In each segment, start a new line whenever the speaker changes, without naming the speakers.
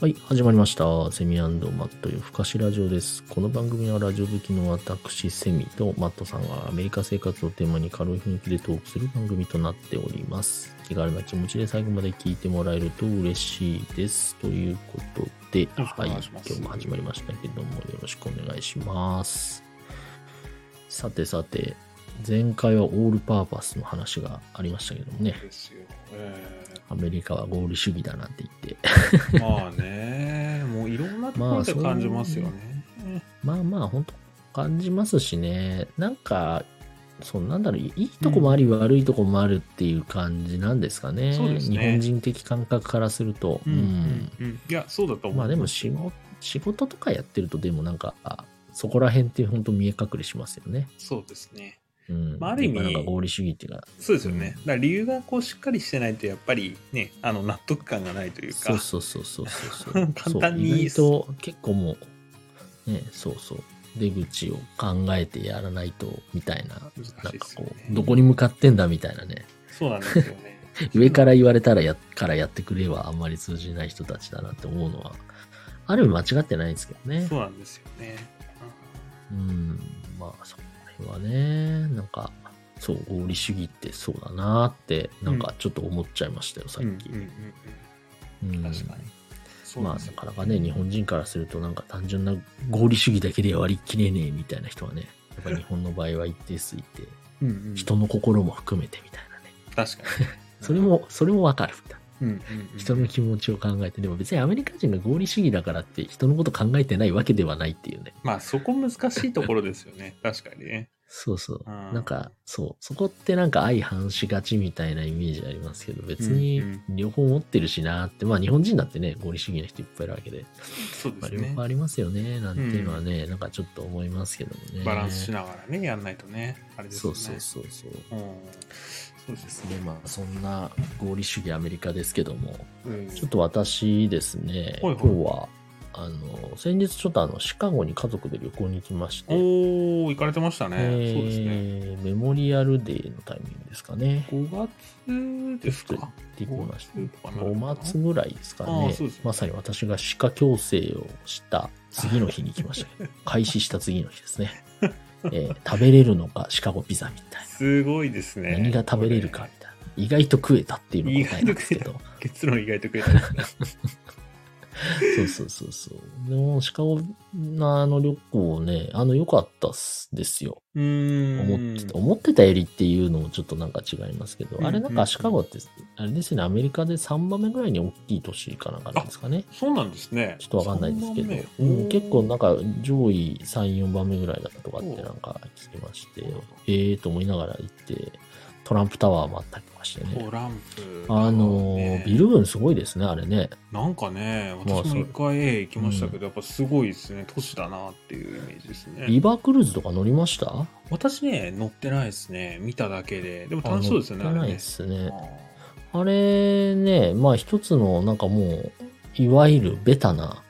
はい、始まりました。セミマット夜更かしラジオです。この番組はラジオ好きの私、セミとマットさんがアメリカ生活をテーマに軽い雰囲気でトークする番組となっております。気軽な気持ちで最後まで聞いてもらえると嬉しいです。ということで、
よろしく
は
お
い、
願
今
いします
日も始まりましたけども、よろしくお願いします。さてさて、前回はオールパーパスの話がありましたけどもね、
ですよ。え
アメリカは合理主義だなんて言って、
ー、まあね、もういろんなところで感じますよね。
まあまあ、本当感じますしね。なんか、そう、なんだろう、いいいとこもあり、悪いとこもあるっていう感じなんですかね。
そうですね
日本人的感覚からすると。
うんうんうんいや、そうだと
うん
思う。
まあでも仕事、仕事とかやってると、でもなんか、あそこら辺って本当見え隠れしますよね。
そうですね。
うん。
まあある意味
やっぱなんか合理主義っていうか、
そうですよね。だから理由がこうしっかりしてないと、やっぱりね、あの納得感がないという
そ
か、
うそうそうそう そうそう
簡単に
そう意外と結構もうねそうそう出口を考えてやらないとみたいな
難し
なん
いで
か
すよ
こ
ね
うどこに向かってんだみたいなね
そうなんですよね。
上から言われたらやからやってくれはあんまり通じない人たちだなって思うのはある意味間違ってないんですけど ね
そうなんですよね。
うんまあそこら辺はねなんかそう合理主義ってそうだなってなんかちょっと思っちゃいましたよ、さ
う
っ
んうん
き、
うん
う
うんん、確かに。そう
ま
な
あ、
んです
な
よ
かなかね、日本人からすると、なんか単純な合理主義だけでは割り切れねえみたいな人はね、やっぱ日本の場合は一定数いて、
うんうん、
人の心も含めてみたいなね。
確かに。
それも、それもわかる。
うんうんうん
人の気持ちを考えて、でも別にアメリカ人が合理主義だからって人のこと考えてないわけではないっていうね。
まあそこ難しいところですよね。確かにね。
そうそう。
あー
なんか、そう。そこってなんか相反しがちみたいなイメージありますけど、別に
うん
両方持ってるしなーって、まあ日本人だってね、合理主義な人いっぱいいるわけで。
そうで
まあ、
す
両
ね
方。ありますよね、なんていうのはね、なんかちょっと思いますけどもね。
バランスしながらね、やんないとね。あれです
そ
よ
う
ね。
そうそうそう。で
うんそうですす
ね
ね。、
まあ、そんな合理主義アメリカですけども、
うん
ちょっと私ですね、
はいは
今
い
日は、あの、先日ちょっとあの、シカゴに家族で旅行に行きまして、
おー、行かれてましたね。
えー
そうですね。
メモリアルデーのタイミングですかね。
5月です
ちょ
か
っ。と行ってきました。
5月とかな
5月ぐらいですか
あ
ね
ーそうですね
まさに私が歯科矯正をした次の日に行きましたけ ど開始した次の日ですね、えー食べれるのかシカゴピザみたい
すごいです
な、
ね。
何が食べれるか
こ
みたいな意外と食えたっていうのが答えなんですけど
れね。結論意外とくれたんですね。
そうそうそうそうでもシカゴのあの旅行ねあの良かったっすですよ
うーん。
思ってた思ってたよりっていうのもちょっとなんか違いますけど、
うん
あれなん
うん
かシカゴってあれですよねアメリカで3番目ぐらいに大きい都市かなんかなんですかね
そうなんですね。
ちょっとわかんないですけど、
三番目
うん結構なんか上位3、4番目ぐらいだったとかってなんか聞きまして
おう、
ええと思いながら行って、トランプタワーもあったりとかしてね
ト。ランプ。
あのー
ね
ビル群すごいですね、あれね。
なんかね、
まあ
私も一回 A 行きましたけど、やっぱすごいですね。都市だなっていうイメージです
リ
ね。
バークルーズとか乗りました
私ね、乗ってないですね。見ただけで。でも楽しそうですよね、
あ
あ
乗ってな
れ
い
ね
で。すね。
あー
あれね、まあ一つのなんかもう、いわゆるベタな、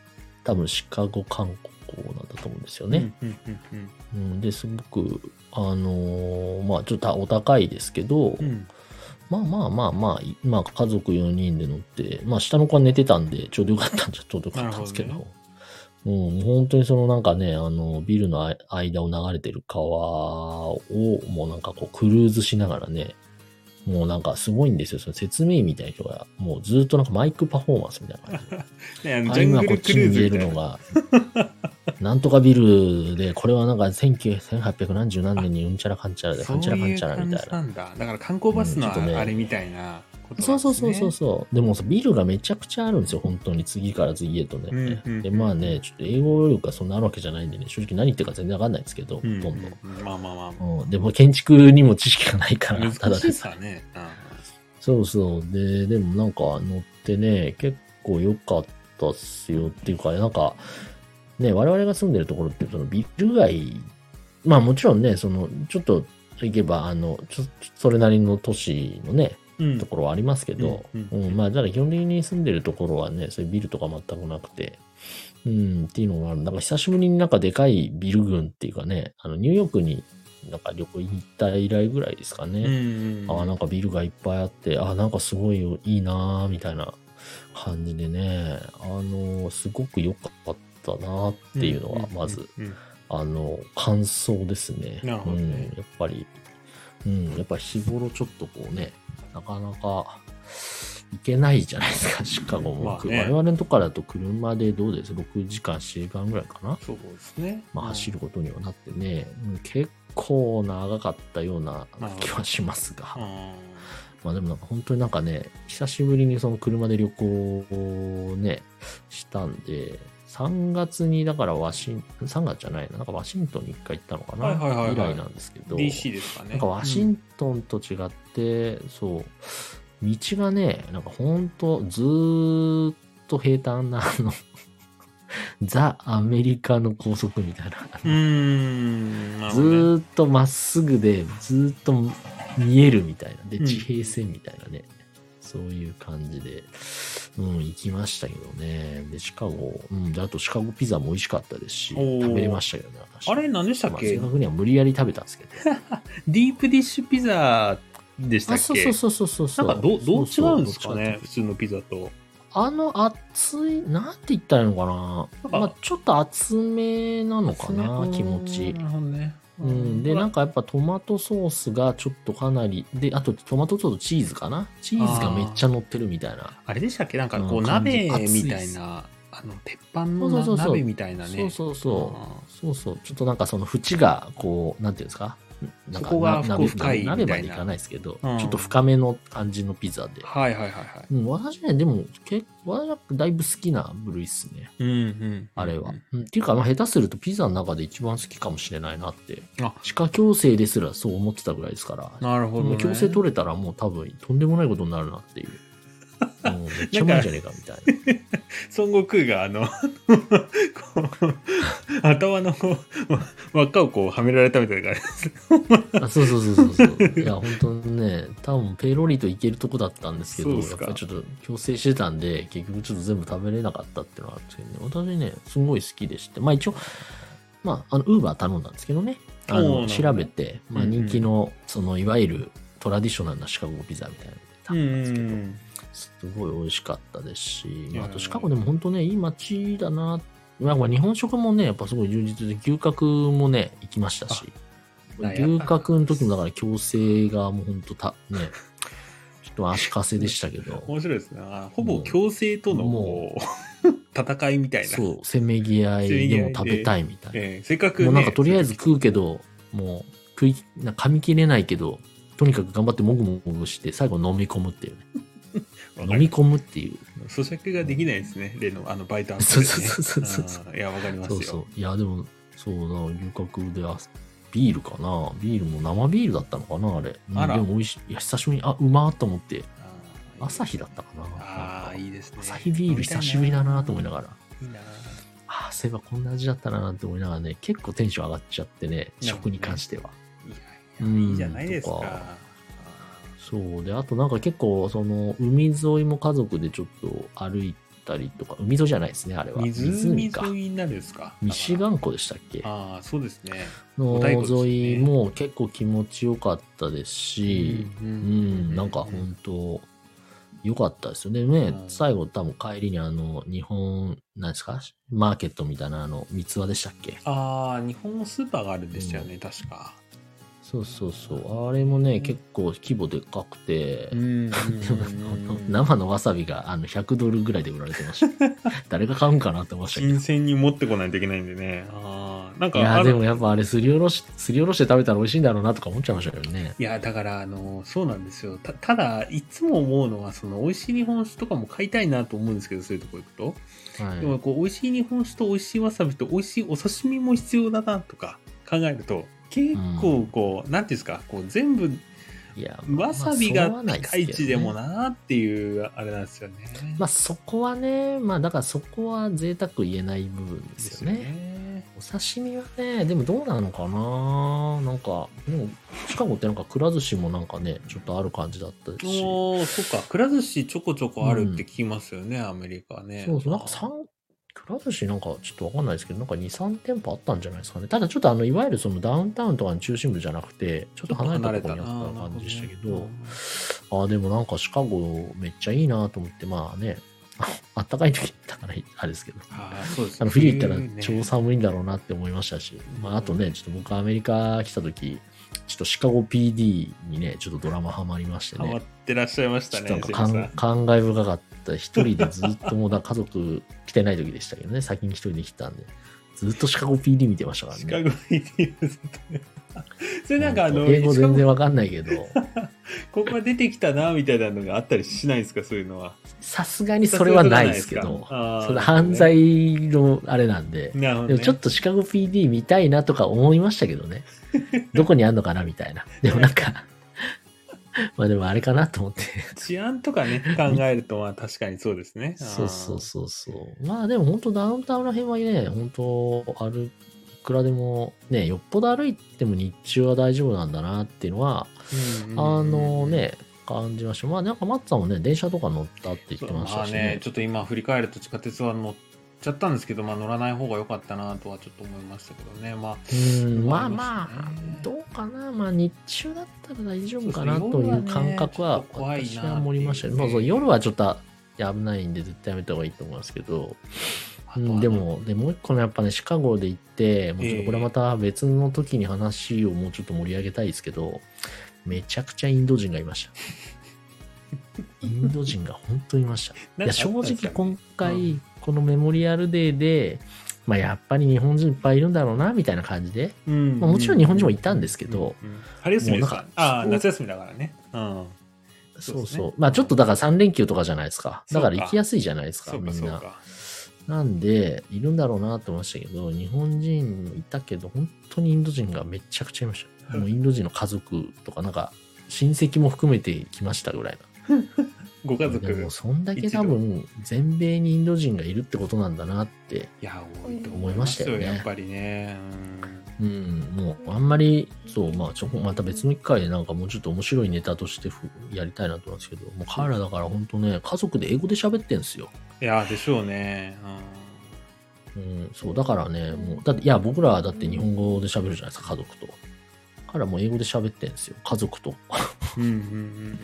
多分シカゴ観光なんだと思うんですよね。
うんうんうん
うん、ですごく、あのーまあちょっとお高いですけど、
うんうん
まあまあまあまあい、まあ家族4人で乗って、まあ下の子は寝てたんで、ちょうどよかった んじゃちょうどよかったんですけど、
なる
うん、本当にそのなんかね、あの、ビルのあい間を流れてる川を、もうなんかこうクルーズしながらね、もうなんかすごいんですよ。その説明みたいな人が、もうずっとなんかマイクパフォーマンスみたいな感じで。
ねあの
あ
ジャン
今
グ
こっ
ル
ち
ク
に
ルーズ
見え
みた
る
い
の
な。
が、 なんとかビルで、これはなんか1900 1800何十何年にうんちゃらかんちゃらで、か
そ
ん
う
ちゃらかん
いう
ちゃら
感
み
じ
たいな
な。んだ。だから観光バス
うん
の
ちょっとね
あれみたいなこと
そうそうそうそう
う。
そう。でもさビルがめちゃくちゃあるんですよ、本当に。次から次へとね。
うんうん
で、まあね、ちょっと英語力がそんなあるわけじゃないんでね、正直何言ってるか全然わかんないんですけど、ほ
う
と
ん
ん
う
ど。
んうんまあまあまあ。
うん、でも建築にも知識がないから、た
難
だ
しい
で
で
さ
す。ね。
そうそう。で、でもなんか乗ってね、結構良かったっすよっていうか、なんか、ね、我々が住んでるところって、そのビル街、まあもちろんね、その、ちょっと行けば、あの、ちょそれなりの都市のね、
うんうん
ところはありますけど、う
うんん
まあ、ただ基本的に住んでるところはね、そういうビルとか全くなくて、うん、っていうのがある。なんか久しぶりになんかでかいビル群っていうかね、あのニューヨークになんか旅行行った以来ぐらいですか
うんう
ね。
んうん
ああ、なんかビルがいっぱいあって、ああ、なんかすごいよいいなーみたいな感じでね、あの、すごく良かったなっていうのは、まず、
うんうん
あの、感想ですね。
なるほどね
うん、やっぱり、うん、やっぱ日頃ちょっとこうね、なかなか、行けないじゃない ですか、シカゴも。
まあね
我々のところだと車でどうです ?6 時間、7時間ぐらいかな
そうですね。
まあ、走
る。
ることにはなってね、うん結構長かったような
まあ
気はしますが、
うんあ
まあでもなんか本当になんかね、久しぶりにその車で旅行をね、したんで、3月にだからワシン、3月じゃないな、なんかワシントンに一回行ったのかな、
はいはいはいはい
以来なんですけ
ー
ど、
DC ですかね。
なんかワシントンと違って、そう、道がね、なんか本当ずーっと平坦な、あの、ザ・アメリカの高速みたいな、
うん。うーん。なる
ず
ほどね
ーっとまっすぐで、ずーっと見えるみたいな。で、
うん
地平線みたいなね。そういう感じで、うん、行きましたけどね。で、シカゴ、うん、で、あとシカゴピザも美味しかったですし、
おー
食べれましたけどね、私。
あれ何でした
ま
っ
あ、
け、
正確には無理やり食べたんですけど。
ディープディッシュピザでしたっ
あ、
け
そうそうそうそうそうそう。
なんかどうどう違
そそ
うんですか
どっち
ね
って
普通のピザと。
あの熱い、なんて言ったらいいのか
ん
な。
か
まあ、ちょっと厚めなのかな、気持ち。
なるほどね。
うん、で、なん
か、
かやっぱトマトソースがちょっとかなり、で、あとトマトソースとチーズかなチーズがめっちゃ乗ってるみたいな。
あれでしたっけなんかこ
う
う、
ん
鍋
感じ
みたいな、あの、鉄板の
そうそうそう
な
そう
鍋みたいなね。
そうそうそう。
あ
そうそう。ちょっとなんかその縁が、こう、なんていうんですかなんか
そこが
な鍋
深いみたいな
鍋までいかないですけど、
うん
ちょっと深めの感じのピザで
ー。はいはいはいはい。
うん、私ね、でも、結構、私はだいぶ好きな部類っすね。
うんうん。
あれは。うん、っていうか、まあ、下手するとピザの中で一番好きかもしれないなって
あ。
歯科矯正ですらそう思ってたぐらいですから、
なるほど、
も
ね。
う強制取れたらもう多分とんでもないことになるなってい う。うん、めっちゃうまいんじゃねえかみたいな。
孫悟空があの こう頭のこう輪っかをこうはめられたみたいな感じ
あそうそうそうそうそう。いや、本当にね、多分ペロリといけるとこだったんですけど、
そう
や
っす
っ
か
ぱりちょっと強制してたんで、結局ちょっと全部食べれなかったっていうのはあるんですけどね、私ね、すごい好きでして、まあ一応、まあ、あの、ウーバー頼んだんですけどね、あ
おーなるほ
の、
ど
調べて、まあ
うんうん
人気の、その、いわゆるトラディショナルなシカゴピザみたいなので頼んだんですけど、すごい美味しかったですし、
や
まあ、あとシカゴでも本当ね、いい街だな。まあ、まあ日本食もね、やっぱすごい充実で、牛角もね、行きましたし、
あ
牛角の時もだから強制がもう本当た、ね、 ちょっと足かせでしたけ ど、
面白いですねあほぼ強制との
も
こう 戦いみたいな
そう、せめぎ合いでも食べたいみたい
ええせっかく、
な。
ね、
もうなんかとりあえず
そう
食うけど、もう食い、なんか噛み切れないけど、とにかく頑張ってもぐもぐして、最後飲み込むっていうね。
わか
飲
る
み込むっていう。
咀嚼ができないですね例のあのバイトアップ
そう
で、ね、
そうそうそうそう
あーいやわかります
そ
よ
うそう。いや、でも、そうだ、牛角で、あビールかな。ビールも生ビールだったのかな、あれ。うん
あら
でも美味しい。いや、久しぶりに、あ、うまーと思って、
あー
朝日だったかな。
あ
な
あ
んか
いいですね
朝日ビール久しぶりだなと思いながら、
いいな
ああ、そういえばこんな味だったなって思いながらね、結構テンション上がっちゃってね、
なるほど
食
ね
に関しては。
いや
うん
いいじゃないですか
とか
あ
そうで、あとなんか結構、その、海沿いも家族でちょっと歩いたりとか、海沿いじゃないですね、あれ
ー
は。
湖
湖か。
沿いになるんですか
ミシガン湖でしたっけ
ああそうですねお台場です
の
ね
沿いも結構気持ちよかったですし、
う
うんん、なんか
うん
本当良かったですよね。ね、
うん
最後多分帰りにあの、日本、何ですかマーケットみたいなあの、三つ輪でしたっけ
ああ日本のスーパーがあるんでしたよね、確か
そうそうそう。あれもね、
うん
結構規模でかくて、
ん
でも本当生のわさびがあの100ドルぐらいで売られてました。 誰が買うんかなって思いましたけど
新。鮮に持ってこないといけないんでねああなん
い
か
や、
あ
で
る
もやっぱあれすりおろし、すりおろして食べたら美味しいんだろうなとか思っちゃいましたけどね。
いやだからあのそうなんですよたただいつも思うのはその美味しい日本酒とかも買いたいなと思うんですけどそういうとこ行くと、
はい
でもこう美味しい日本酒と美味しいわさびと美味しいお刺身も必要だなとか考えると結構こう、なんていうんですかこう全部
いや、まあ
わさびが
まあそうはない
ピ
す
カ
けどね
イチでもなーっていうあれなんですよね。
まあそこはね、まあだからそこは贅沢言えない部分ですよね。
ね。
お刺身はね、でもどうなのかななんか、でもシカゴってなんかくら寿司もなんかね、ちょっとある感じだったし。
おーそっか、くら寿司ちょこちょこあるって聞きますよね、アメリカはね。
そうそう、なんか三くら寿司なんかちょっとわかんないですけど、なんか2、3店舗あったんじゃないですかね。ただちょっとあの、いわゆるそのダウンタウンとかの中心部じゃなくて、ちょっと離れたところにあった感じでしたけど、ああ、でもなんかシカゴめっちゃいいなと思って、まあね、 あったかい時だったからあれですけど、
ああ、そうです
あの冬行ったら超寒いんだろうなって思いましたし、まあ、あとね、ちょっと僕アメリカ来た時、ちょっとシカゴ PD にね、ちょっとドラマハマりまして
ハマっ
ね、
てらっしゃいまし
ち
た
ょっ
ね。
となんか
セミ
か
さ
ん感
ん
慨深かった。一人でずっともうだ家族来てない時でしたけどね、先に一人で来たんで、ずっとシカゴ PD 見てましたから
シカ
ね。
ゴ ETS って。 それなんかあの、
英語
シカ
全
ゴ
然わかんないけど、
ここが出てきたなみたいなのがあったりしないですか、そういうのは。
さすがにそれはないですけ
さすが
ど
に、ないですかあー
その犯罪のあれなんで、
なるほど、
で
ね。
もちょっとシカゴ PD 見たいなとか思いましたけど ね。どこにあんのかなみたいな。でもなんか、 まあでもあれかなと思って。
治安とかね、考えると、まあ確かにそうですね。あー
そうそうそうそう。まあでも本当ダウンタウンら辺はね、本当ある、いくらでもね、よっぽど歩いても日中は大丈夫なんだなっていうのは、
うん
あ
うんうん
の、ね、感じました。まあなんかマッツさんもね、電車とか乗ったって言ってまし
ま
た
あ
し
ね
ね、。
ちょっと今振り返ると地下鉄は乗っちゃったんですけど、まあ乗らない方が良かったなとはちょっと思いましたけどね。まあ、
うんまあ
ま
ま
あ
あ
ね、
どうかな、まあ日中だったら大丈夫かな
そう
と
そう
いう感覚は
夜はね
私は盛りましたね。
ちょ
ま
っ
あ
と
そう
怖いなっていう
夜はちょっと危ないんで絶対やめた方がいいと思いますけど、
あ
う
とは
ん、で、も、でもう一個のやっぱね、シカゴで行って、もうちょっとこれまた別の時に話をもうちょっと盛り上げたいですけど、めちゃくちゃインド人がいました。 インド人が本当にいました。い
なん
や
かあった
正
んですか
直今
う
回このメモリアルデーで、まあ、やっぱり日本人いっぱいいるんだろうなみたいな感じで、
うん
まあもちろん日本人もいたんですけど、
うんうん春休みですか
もうなんか
ああ、
そう
夏休みだからね。うん。そう
そ
で
う
すね
そう、まあちょっとだから3連休とかじゃないですか、だから
そうか
行きやすいじゃないですか、
そうか、
みん
そう
な。
か。
なんで、いるんだろうなと思いましたけど、日本人もいたけど、本当にインド人がめちゃくちゃいました。もうインド人の家族とか、なんか親戚も含めて来ましたぐらいな。
ご家
でも、
族。
そんだけ多分、全米にインド人がいるってことなんだなって
いや、多いと
思いましたよね
思いますやっぱりね。うん
うん、もうあんまり、そう、まあちょ、また別の機会でなんかもうちょっと面白いネタとしてふやりたいなと思うんですけど、もう彼らだから本当ね、家族で英語で喋ってんすよ。
いや、でしょうね。
うん、そう、だからね、もう、だって、いや、僕らはだって日本語で喋るじゃないですか、家族と。彼らもう英語で喋ってんすよ、家族と。
うん。うんうんうん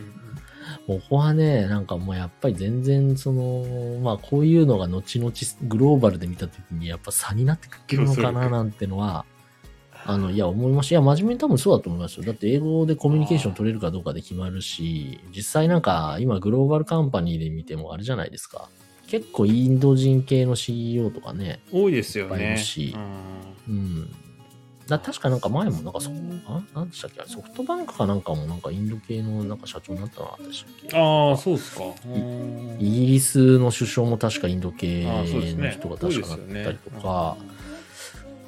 もうここはね、なんかもうやっぱり全然、その、まあこういうのが後々グローバルで見た時にやっぱ差になってくるのかななんてのは、あの、いや思いました。いや、真面目に多分そうだと思いますよ。だって英語でコミュニケーション取れるかどうかで決まるし、実際なんか今グローバルカンパニーで見てもあれじゃないですか。結構インド人系の CEO とかね、
うん。多いですよ
いっぱいい
ね
る。し
うん
うん。だ確かなんか前もなんかそ、あなんでしたっけソフトバンクかなんかもなんかインド系のなんか社長になったなかったでしたっけ
ああ、そうっすか。うん
イギリスの首相も確かインド系
ああそうです
の
ね
人が
多
確
いで
か
す
だ
よ
っ
ね
たりとか、
うん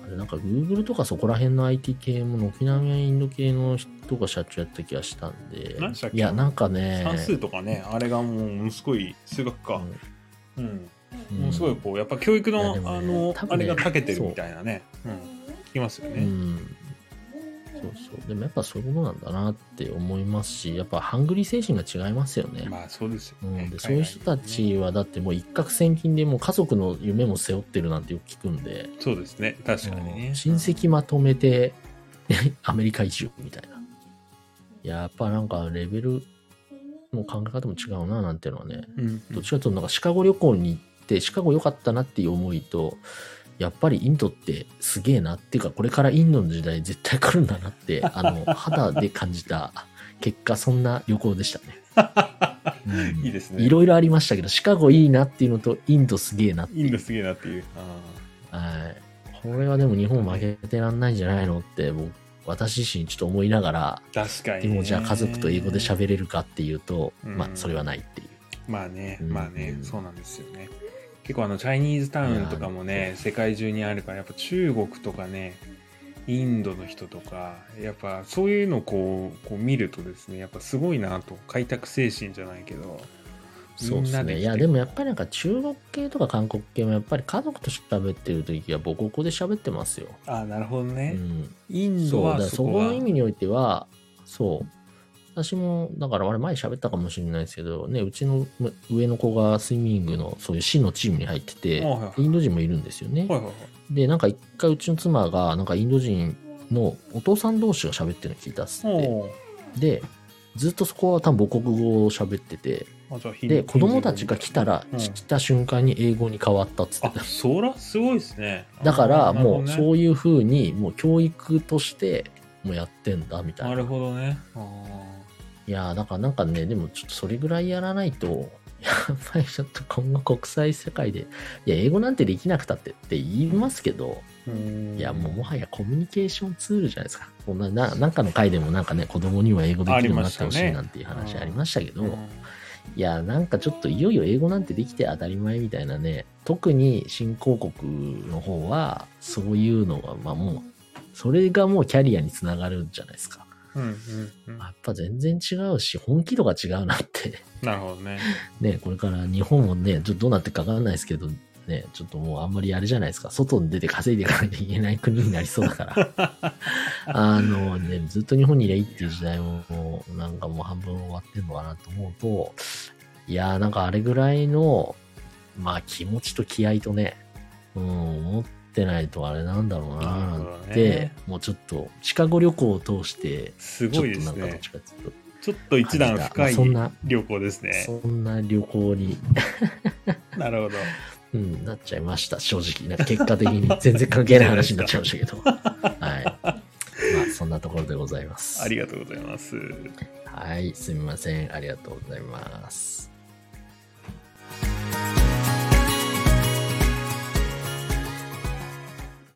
あれなんか Google とかそこら辺の IT 系も軒並みインド系の人が社長やった気がしたんで
何でしたっ、け
いや、なんかね、
算数とかね、あれがもう、ものすごい数学か。うん。
うん
ものすごい、こう、やっぱ教育
い
の
やで、もね
あの
多、
あ
分
れ
ね
が長けてるみたいなね。うん。聞きますよ
う
ね。
ん、そうそう。でもやっぱそういうことなんだなって思いますし、やっぱハングリー精神が違いますよね。
まあ、そうですよ
う
ね
ん、。でそういう人た
海外に
ち
ね。
はだってもう一攫千金でもう家族の夢も背負ってるなんてよく聞くんで、
そうですね。確かに
う
ね。
ん親戚まとめて アメリカ移住みたいなやっぱなんかレベルの考え方も違うななんていうのはね
うん。
どっちかというとなんかシカゴ旅行に行ってシカゴ良かったなっていう思いとやっぱりインドってすげえなっていうかこれからインドの時代絶対来るんだなって あの肌で感じた結果そんな旅行でした ね。うん
いいですね
いろいろありましたけどシカゴいいなっていうのとインドすげえなって
イ
い
ン
う
ドすげえなっていう。あ
はい。これはでも日本負けてらんないんじゃないのって、僕、私自身ちょっと思いながら、
ー確かに
で
ね。
もじゃあ家族と英語で喋れるかっていうと、
うん
まあそれはないっていう。
まあね、
うん
まあね、そうなんですよね。結構あの、チャイニーズタウンとかも
いや
ね、世界中にあるから、やっぱ中国とかね、インドの人とか、やっぱそういうのをこう、こう見るとですね、やっぱすごいなと、開拓精神じゃないけど、
そうですね。いや、でもやっぱりなんか中国系とか韓国系もやっぱり家族と喋ってる時は母国語で喋ってますよ。
ああ、なるほど
う
ね。
ん。
イン
そう、
ド
だ
は
から
そ
そ
こ
こ
が
の意味においては、そう。私も、だからあれ前喋ったかもしれないですけど、ね、うちのむ上の子がスイミングのそういう市のチームに入ってて
はいは、い
インド人もいるんですよね。
はいはいはい。
で、なんか一回うちの妻が、なんかインド人のお父さん同士が喋ってるの聞いたっつって。
おー
で、ずっとそこは多分母国語を喋ってて、
あじゃあヒン
で子供たちが来たら、
うん
来た瞬間に英語に変わったっつって
あ
た
そらすごいですね
だからもう
う
そういうふうにもう教育としてもうやってんだみたい
な
な
るほどねあ
いやーだからなんかねでもちょっとそれぐらいやらないと やっぱりちょっと今後国際世界でいや英語なんてできなくたってって言いますけど
ーうん
いやもうもはやコミュニケーションツールじゃないですかこんなななんかの回でもなんかね子供には英語できるようになってほしいなんていう話ありましたけど
うん
いや、なんかちょっといよいよ英語なんてできて当たり前みたいなね、特に新興国の方は、そういうのが、まあもう、それがもうキャリアにつながるんじゃないですか。
うんうんうん
やっぱ全然違うし、本気度が違うなって、
なるほどね
ね、これから日本もね、ちょっとどうなってるかわかんないですけど、ね、ちょっともうあんまりあれじゃないですか、外に出て稼いでいかなきゃいけない国になりそうだ から。あのね、ずっと日本にいりゃいいっていう時代も、もうなんかもう半分終わってんのかなと思うと、いやーなんかあれぐらいの、まあ気持ちと気合とね、うん、持ってないとあれなんだろうな
なる
な
ほ
ん
ど
て、
ね
もうちょっと、シカゴ旅行を通して、
す
ちょ
ご
っ
いで
とな
す
んかどっ
ね
ちかっていうと、
ちょっと一段
ま
深
あ
い
そんな
旅行ですね
そんな旅行に
なるほど
うん、なっちゃいました、正直。なんか結果的 に全然関係ない話になっちゃいましたけ ど。はい。まあ、そんなところでございます。
ありがとうございます
はい、すみません。ありがとうございます。